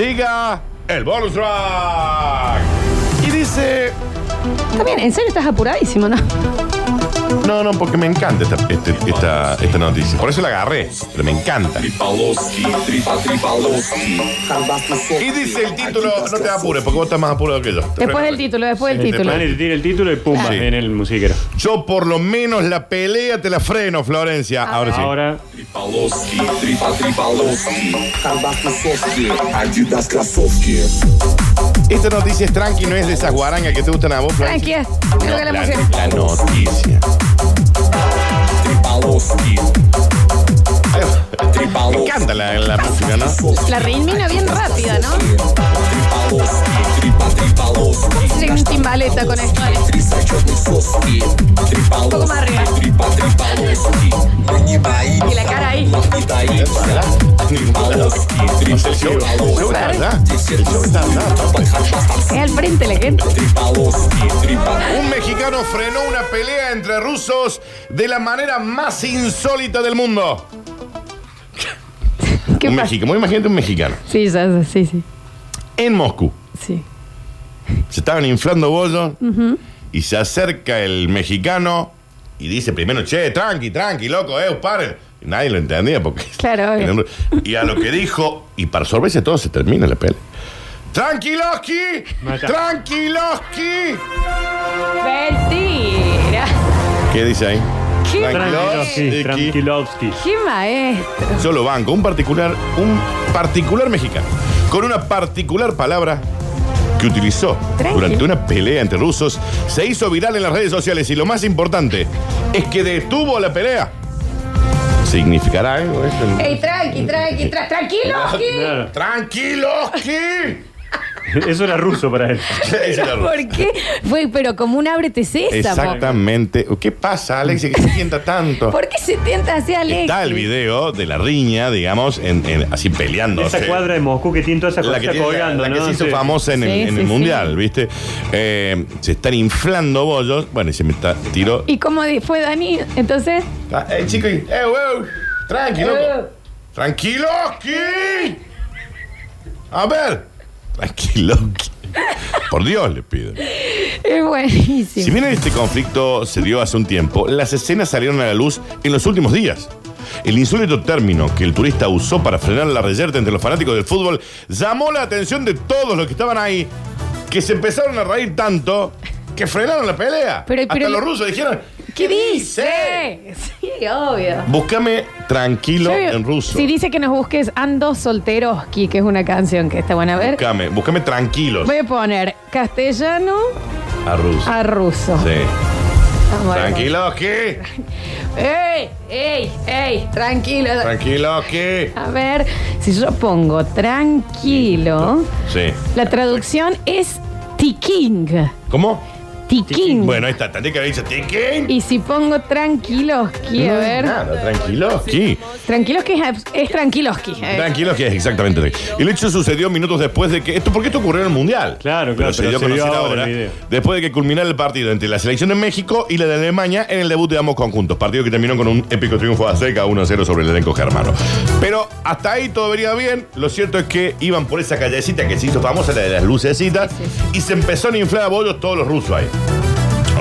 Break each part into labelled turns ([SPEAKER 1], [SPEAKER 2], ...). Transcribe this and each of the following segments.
[SPEAKER 1] Llega el bonus track. Y dice.
[SPEAKER 2] Está bien, en serio estás apuradísimo, ¿no?
[SPEAKER 1] No, no, porque me encanta esta, este- esta- esta noticia. Por eso la agarré, pero me encanta.
[SPEAKER 3] Tripaloski, tripa, tripaloski.
[SPEAKER 1] Y dice el título, no te apures, porque vos estás más apurado que yo.
[SPEAKER 2] Después del título, después del
[SPEAKER 1] Sí,
[SPEAKER 2] título.
[SPEAKER 1] después
[SPEAKER 4] Dani te tira el título y pumba
[SPEAKER 1] Sí.
[SPEAKER 4] en el musiquero.
[SPEAKER 1] Yo por lo menos la pelea te la freno, Florencia. Ahora sí.
[SPEAKER 4] Ahora,
[SPEAKER 3] Tripaloski, tripa, tripaloski. Kalbasisovski, Adidas Krasovski.
[SPEAKER 1] Esta noticia es tranqui, no es de esas guarangas que te gustan a vos,
[SPEAKER 2] Tranqui,
[SPEAKER 1] Florencia.
[SPEAKER 2] es lo que la
[SPEAKER 1] la,
[SPEAKER 2] música.
[SPEAKER 1] la noticia.
[SPEAKER 3] Tripaloski,
[SPEAKER 1] Me
[SPEAKER 3] tripaloski.
[SPEAKER 1] encanta la, la música, ¿no?
[SPEAKER 2] La ritmina bien rápida, ¿no?
[SPEAKER 3] Tripaloski, tripa, tripaloski.
[SPEAKER 2] Llega un timbaleta con esto. ¿vale?
[SPEAKER 3] Трисочетнисовски,
[SPEAKER 2] poco más arriba.
[SPEAKER 3] трипалоски, трипа-трипалоски. Мы не
[SPEAKER 2] Y
[SPEAKER 3] боимся,
[SPEAKER 2] la cara ahí.
[SPEAKER 3] мы не таимся. Трипалоски, трипа-трипалоски.
[SPEAKER 1] Yo, ¿verdad?
[SPEAKER 2] Es al frente la gente.
[SPEAKER 3] Трипалоски, трипа-
[SPEAKER 1] Un mexicano frenó una pelea entre rusos de la manera más insólita del mundo.
[SPEAKER 2] ¿Qué
[SPEAKER 1] Un
[SPEAKER 2] pasa?
[SPEAKER 1] mexicano, imagínate un mexicano.
[SPEAKER 2] Sí, ya, ya, sí, sí.
[SPEAKER 1] En Moscú.
[SPEAKER 2] Sí.
[SPEAKER 1] Se estaban inflando bollos y se acerca el mexicano y dice primero, che, tranqui, tranqui, loco, eh, paren. Y nadie lo entendía porque...
[SPEAKER 2] Claro, obvio.
[SPEAKER 1] Y a lo que dijo, y para sorpresa de todos se termina la pelea. ¡Tranquiloski!
[SPEAKER 4] Mata.
[SPEAKER 1] ¡Tranquiloski!
[SPEAKER 2] Mentira.
[SPEAKER 1] ¿Qué dice ahí?
[SPEAKER 2] ¿Qué?
[SPEAKER 4] Tranquilovsky, Tranquilovsky.
[SPEAKER 2] ¿Qué maestro?
[SPEAKER 1] Yo lo banco, un particular, un particular mexicano, con una particular palabra que utilizó
[SPEAKER 2] Tranqui.
[SPEAKER 1] durante una pelea entre rusos, se hizo viral en las redes sociales y lo más importante es que detuvo la pelea. ¿Significará algo eso?
[SPEAKER 2] Ey, tranqui, tranqui, tra tranquilo. ¿qué?
[SPEAKER 4] Claro.
[SPEAKER 1] ¡Tranquilos, ¿qué?
[SPEAKER 4] Eso era ruso para él.
[SPEAKER 1] Esa es la rusa.
[SPEAKER 2] ¿Por qué? Fue, pero como un ábrete sésamo.
[SPEAKER 1] Exactamente. ¿Qué pasa, Alex? Que se sienta tanto.
[SPEAKER 2] ¿Por qué se tienta así, Alex?
[SPEAKER 1] Está el video de la riña, digamos, en- en- así peleando.
[SPEAKER 4] Esa cuadra de Moscú que tiene toda esa
[SPEAKER 1] La que,
[SPEAKER 4] cosa
[SPEAKER 1] tiene-
[SPEAKER 4] colgando,
[SPEAKER 1] la que
[SPEAKER 4] ¿no?
[SPEAKER 1] se hizo
[SPEAKER 4] Sí.
[SPEAKER 1] famosa en, el,
[SPEAKER 2] Sí,
[SPEAKER 1] en
[SPEAKER 2] sí,
[SPEAKER 1] el
[SPEAKER 2] sí.
[SPEAKER 1] Mundial, ¿viste? Eh, se están inflando bollos. Bueno, y se me está, tiró.
[SPEAKER 2] ¿Y cómo di- fue Dani? Entonces,
[SPEAKER 1] Ah, eh, chico, y- eh, wow, tranqui, loco.
[SPEAKER 2] Eh.
[SPEAKER 1] Tranquilo, ¿qué? A ver. Tranquilo, ¿qué? Por Dios le pido.
[SPEAKER 2] es buenísimo.
[SPEAKER 1] Si bien este conflicto se dio hace un tiempo, las escenas salieron a la luz en los últimos días. El insólito término que el turista usó para frenar la reyerta entre los fanáticos del fútbol llamó la atención de todos los que estaban ahí, que se empezaron a reír tanto que frenaron la pelea.
[SPEAKER 2] Pero-
[SPEAKER 1] Hasta
[SPEAKER 2] pero-
[SPEAKER 1] los rusos dijeron,
[SPEAKER 2] ¿Qué dice? Sí, obvio.
[SPEAKER 1] Búscame tranquilo
[SPEAKER 2] Yo-
[SPEAKER 1] en ruso.
[SPEAKER 2] Si dice que nos busques Ando Solteroski, que es una canción que está buena. A ver,
[SPEAKER 1] Búscame, búscame tranquilos
[SPEAKER 2] voy a poner castellano
[SPEAKER 1] a ruso.
[SPEAKER 2] a ruso.
[SPEAKER 1] Sí.
[SPEAKER 2] Vamos a ver.
[SPEAKER 1] Tranquilos, ¿qué?
[SPEAKER 2] ¡Ey! ¡Ey! ¡Ey! Tranquilo.
[SPEAKER 1] Tranquilos, ¿qué?
[SPEAKER 2] A ver, si yo pongo tranquilo,
[SPEAKER 1] Sí.
[SPEAKER 2] la traducción es tiking.
[SPEAKER 1] ¿Cómo?
[SPEAKER 2] Tiking.
[SPEAKER 1] Bueno, ahí está, tendría que haber dicho tiquín.
[SPEAKER 2] Y si pongo tranquiloski, a
[SPEAKER 1] No es
[SPEAKER 2] ver.
[SPEAKER 1] Mm, Nada, tranquiloski.
[SPEAKER 2] Tranquiloski es, abs- es tranquiloski. eh.
[SPEAKER 1] Tranquiloski es exactamente. El hecho sucedió minutos después de que. Esto, porque esto ocurrió en el Mundial.
[SPEAKER 4] Claro,
[SPEAKER 1] Pero
[SPEAKER 4] claro,
[SPEAKER 1] se
[SPEAKER 4] pero
[SPEAKER 1] dio a
[SPEAKER 4] se dio
[SPEAKER 1] conocer
[SPEAKER 4] ahora el
[SPEAKER 1] ahora.
[SPEAKER 4] video.
[SPEAKER 1] Después de que culminara el partido entre la selección de México y la de Alemania en el debut de ambos conjuntos. Partido que terminó con un épico triunfo a seca 1 0 sobre el elenco germano. Pero hasta ahí todo venía bien. Lo cierto es que iban por esa callecita que se hizo famosa, la de las lucecitas, y se empezaron a inflar a bollos todos los rusos ahí.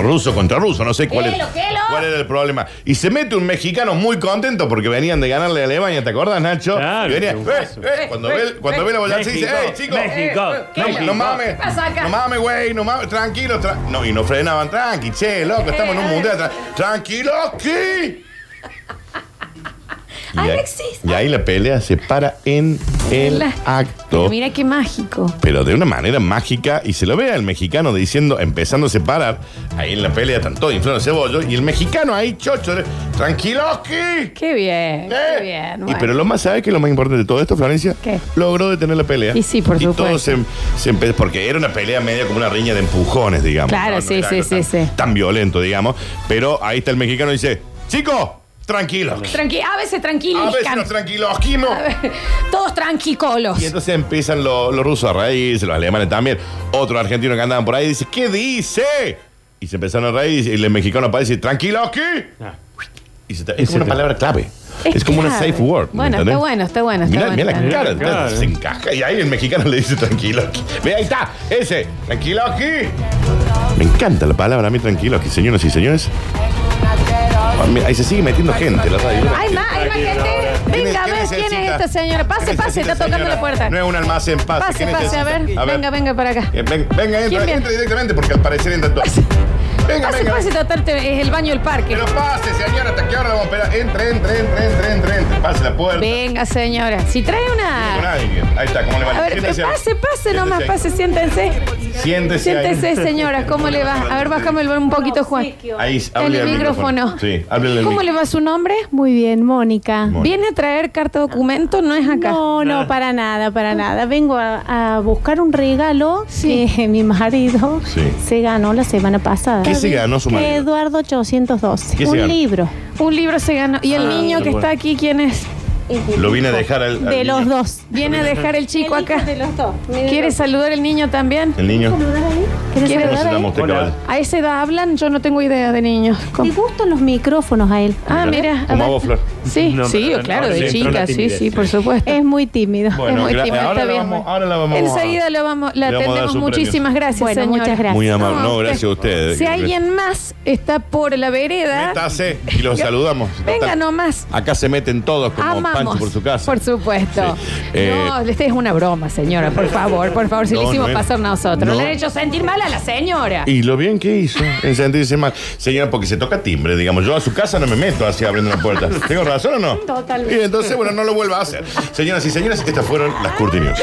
[SPEAKER 1] Ruso contra ruso, no sé cuál, es-
[SPEAKER 2] Gelo, gelo.
[SPEAKER 1] cuál era el problema. Y se mete un mexicano muy contento porque venían de ganarle a Alemania, ¿te acordás, Nacho?
[SPEAKER 4] Claro,
[SPEAKER 1] Y venía,
[SPEAKER 4] qué buenazo.
[SPEAKER 1] "Eh, eh", cuando ve, cuando ve la bolsa dice,
[SPEAKER 4] México,
[SPEAKER 1] ¡eh, chicos!
[SPEAKER 4] México,
[SPEAKER 1] eh,
[SPEAKER 4] ¿qué
[SPEAKER 1] no,
[SPEAKER 4] pasa?
[SPEAKER 1] no mames,
[SPEAKER 2] ¿Qué pasa acá?
[SPEAKER 1] no mames, güey, no mames, tranquilo. tra- no, y nos frenaban, tranqui, che, loco, estamos en un
[SPEAKER 2] Eh,
[SPEAKER 1] mundial. tra- tranquilo, ¿qué? Y ahí-
[SPEAKER 2] Alexis.
[SPEAKER 1] Y ahí la pelea se para en el
[SPEAKER 2] La-
[SPEAKER 1] acto
[SPEAKER 2] Mira qué mágico.
[SPEAKER 1] pero de una manera mágica y se lo ve al mexicano diciendo, empezando a separar, ahí en la pelea están todos inflando cebollos y el mexicano ahí chocho, tranquiloski.
[SPEAKER 2] Qué
[SPEAKER 1] ¿Eh?
[SPEAKER 2] bien, qué bien.
[SPEAKER 1] Y
[SPEAKER 2] bueno.
[SPEAKER 1] pero lo más, ¿sabes que lo más importante de todo esto, Florencia?
[SPEAKER 2] ¿Qué?
[SPEAKER 1] Logró detener la pelea.
[SPEAKER 2] Y sí, por supuesto.
[SPEAKER 1] todo se, se empe- porque era una pelea media como una riña de empujones, digamos.
[SPEAKER 2] Claro, sí,
[SPEAKER 1] era
[SPEAKER 2] sí,
[SPEAKER 1] algo
[SPEAKER 2] sí,
[SPEAKER 1] tan-
[SPEAKER 2] sí.
[SPEAKER 1] Tan violento, digamos. Pero ahí está el mexicano y dice, chico, tranquilo.
[SPEAKER 2] Tranqui- a veces
[SPEAKER 1] A
[SPEAKER 2] tranquiliscan.
[SPEAKER 1] veces nos tranquilosquimos.
[SPEAKER 2] Todos tranquicolos.
[SPEAKER 1] Y entonces empiezan lo- los rusos a reírse, los alemanes también. Otro argentino que andaban por ahí dice, ¿qué dice? Y se empezaron a reír y el mexicano aparece, tranquilo aquí.
[SPEAKER 4] Ah.
[SPEAKER 1] Y se tra- es como una palabra clave. Es, como una
[SPEAKER 2] clave.
[SPEAKER 1] safe word. ¿me
[SPEAKER 2] Bueno, está
[SPEAKER 1] entendés?
[SPEAKER 2] bueno, está bueno. Está
[SPEAKER 1] Mirá, mirá la
[SPEAKER 2] bueno está
[SPEAKER 1] cara,
[SPEAKER 2] bueno.
[SPEAKER 4] Claro.
[SPEAKER 1] está- se encaja y ahí el mexicano le dice tranquilo aquí. Ve, ahí está, ese, tranquilo aquí. Me encanta la palabra a mí tranquilo aquí, señoras y señores. Ah, mira, Ahí se sigue metiendo gente la radio.
[SPEAKER 2] Hay más, hay más gente.
[SPEAKER 1] ¿Quién es-
[SPEAKER 2] Venga, a
[SPEAKER 1] quién
[SPEAKER 2] ver quién es
[SPEAKER 1] necesita?
[SPEAKER 2] esta señora. Pase,
[SPEAKER 1] ¿Quién
[SPEAKER 2] pase,
[SPEAKER 1] necesita,
[SPEAKER 2] está tocando
[SPEAKER 1] señora?
[SPEAKER 2] la puerta.
[SPEAKER 1] No es un almacén, pase.
[SPEAKER 2] Pase,
[SPEAKER 1] ¿quién
[SPEAKER 2] pase, a ver.
[SPEAKER 1] necesita?
[SPEAKER 2] Venga, venga para acá.
[SPEAKER 1] Eh, ven- Venga, entra,
[SPEAKER 2] viene?
[SPEAKER 1] entra directamente porque al parecer entra todo.
[SPEAKER 2] Pase.
[SPEAKER 1] Venga,
[SPEAKER 2] Pase,
[SPEAKER 1] venga.
[SPEAKER 2] pase, total, te- es el baño del parque.
[SPEAKER 1] Pero pase, señora, ¿hasta qué hora vamos a esperar? Entre, entre, entre, entre, entre, entre. Pase la puerta.
[SPEAKER 2] Venga, señora. Si trae
[SPEAKER 1] Con
[SPEAKER 2] una.
[SPEAKER 1] alguien. Ahí está, ¿cómo le va?
[SPEAKER 2] A ver,
[SPEAKER 1] Siéntese ahí.
[SPEAKER 2] pase, pase nomás,
[SPEAKER 1] Siéntese
[SPEAKER 2] pase, siéntense.
[SPEAKER 1] ahí. Siéntese. ahí.
[SPEAKER 2] Siéntese, señora, ¿cómo le va? A ver, bájame el volumen un poquito, Juan.
[SPEAKER 1] Ahí,
[SPEAKER 2] En
[SPEAKER 1] háblele
[SPEAKER 2] el
[SPEAKER 1] al
[SPEAKER 2] micrófono.
[SPEAKER 1] Sí, háblele al
[SPEAKER 2] ¿Cómo le
[SPEAKER 1] micrófono.
[SPEAKER 2] va su nombre?
[SPEAKER 5] Muy bien, Mónica.
[SPEAKER 1] Mónica.
[SPEAKER 2] ¿Viene a traer carta documento? No es acá.
[SPEAKER 5] No, no, para nada, para nada. Vengo a, a buscar un regalo que mi marido
[SPEAKER 1] Sí.
[SPEAKER 5] se ganó la semana pasada.
[SPEAKER 1] ¿Qué se ganó su marido?
[SPEAKER 5] Eduardo 812.
[SPEAKER 1] ¿Qué se
[SPEAKER 5] un
[SPEAKER 1] ganó?
[SPEAKER 5] libro.
[SPEAKER 2] Un libro se ganó. ¿Y el
[SPEAKER 1] Ah,
[SPEAKER 2] niño que
[SPEAKER 4] bueno.
[SPEAKER 2] está aquí quién es?
[SPEAKER 1] Lo vine a dejar al. al
[SPEAKER 5] De los
[SPEAKER 1] niño.
[SPEAKER 5] dos.
[SPEAKER 2] Viene a dejar el chico acá.
[SPEAKER 5] De los dos.
[SPEAKER 2] ¿Quiere saludar el niño también?
[SPEAKER 1] El niño.
[SPEAKER 5] ¿Quieres
[SPEAKER 2] ¿Quiere
[SPEAKER 1] ¿Cómo se
[SPEAKER 5] saludar a
[SPEAKER 1] llama
[SPEAKER 5] él?
[SPEAKER 1] usted,
[SPEAKER 4] Hola.
[SPEAKER 1] cabal?
[SPEAKER 2] ¿A esa edad hablan? Yo no tengo idea de niños. ¿Cómo?
[SPEAKER 5] Le gustan los micrófonos a él.
[SPEAKER 2] Ah, mira. a
[SPEAKER 1] Como a
[SPEAKER 2] ver.
[SPEAKER 1] vos, Flor.
[SPEAKER 2] Sí,
[SPEAKER 4] No,
[SPEAKER 2] sí,
[SPEAKER 4] pero
[SPEAKER 2] claro,
[SPEAKER 4] no,
[SPEAKER 2] de
[SPEAKER 4] sí, entró
[SPEAKER 2] chica,
[SPEAKER 4] la
[SPEAKER 2] sí,
[SPEAKER 4] timidez,
[SPEAKER 2] sí,
[SPEAKER 4] sí.
[SPEAKER 2] por supuesto.
[SPEAKER 5] Es muy tímido.
[SPEAKER 1] Bueno,
[SPEAKER 2] muy
[SPEAKER 1] gra-
[SPEAKER 2] tímido,
[SPEAKER 1] ahora,
[SPEAKER 2] está
[SPEAKER 1] la
[SPEAKER 2] bien.
[SPEAKER 1] vamos, ahora la vamos a-
[SPEAKER 2] Enseguida lo vamos, la
[SPEAKER 1] Le vamos a dar
[SPEAKER 2] atendemos.
[SPEAKER 1] su premio.
[SPEAKER 2] Muchísimas gracias,
[SPEAKER 5] Bueno,
[SPEAKER 2] señora.
[SPEAKER 5] muchas gracias.
[SPEAKER 1] Muy amable. No,
[SPEAKER 2] usted-
[SPEAKER 1] gracias a ustedes.
[SPEAKER 2] Si alguien más está por la vereda,
[SPEAKER 1] Métase y los saludamos.
[SPEAKER 2] venga
[SPEAKER 1] Total,
[SPEAKER 2] nomás.
[SPEAKER 1] Acá se meten todos como
[SPEAKER 2] Amamos.
[SPEAKER 1] Pancho por su casa.
[SPEAKER 2] Por supuesto.
[SPEAKER 1] Sí. Eh,
[SPEAKER 2] no, esta es una broma, señora. Por favor, por favor, si
[SPEAKER 1] No,
[SPEAKER 2] le hicimos
[SPEAKER 1] no es-
[SPEAKER 2] pasar nosotros.
[SPEAKER 1] no.
[SPEAKER 2] Le han hecho sentir mal a la señora.
[SPEAKER 1] Y lo bien que hizo en sentirse mal. Señora, porque se toca timbre, digamos. Yo a su casa no me meto así abriendo la puerta. ¿Tengo razón o no?
[SPEAKER 5] Totalmente.
[SPEAKER 1] Y entonces, bueno, no lo vuelva a hacer. Señoras y señores, estas fueron las Curti News.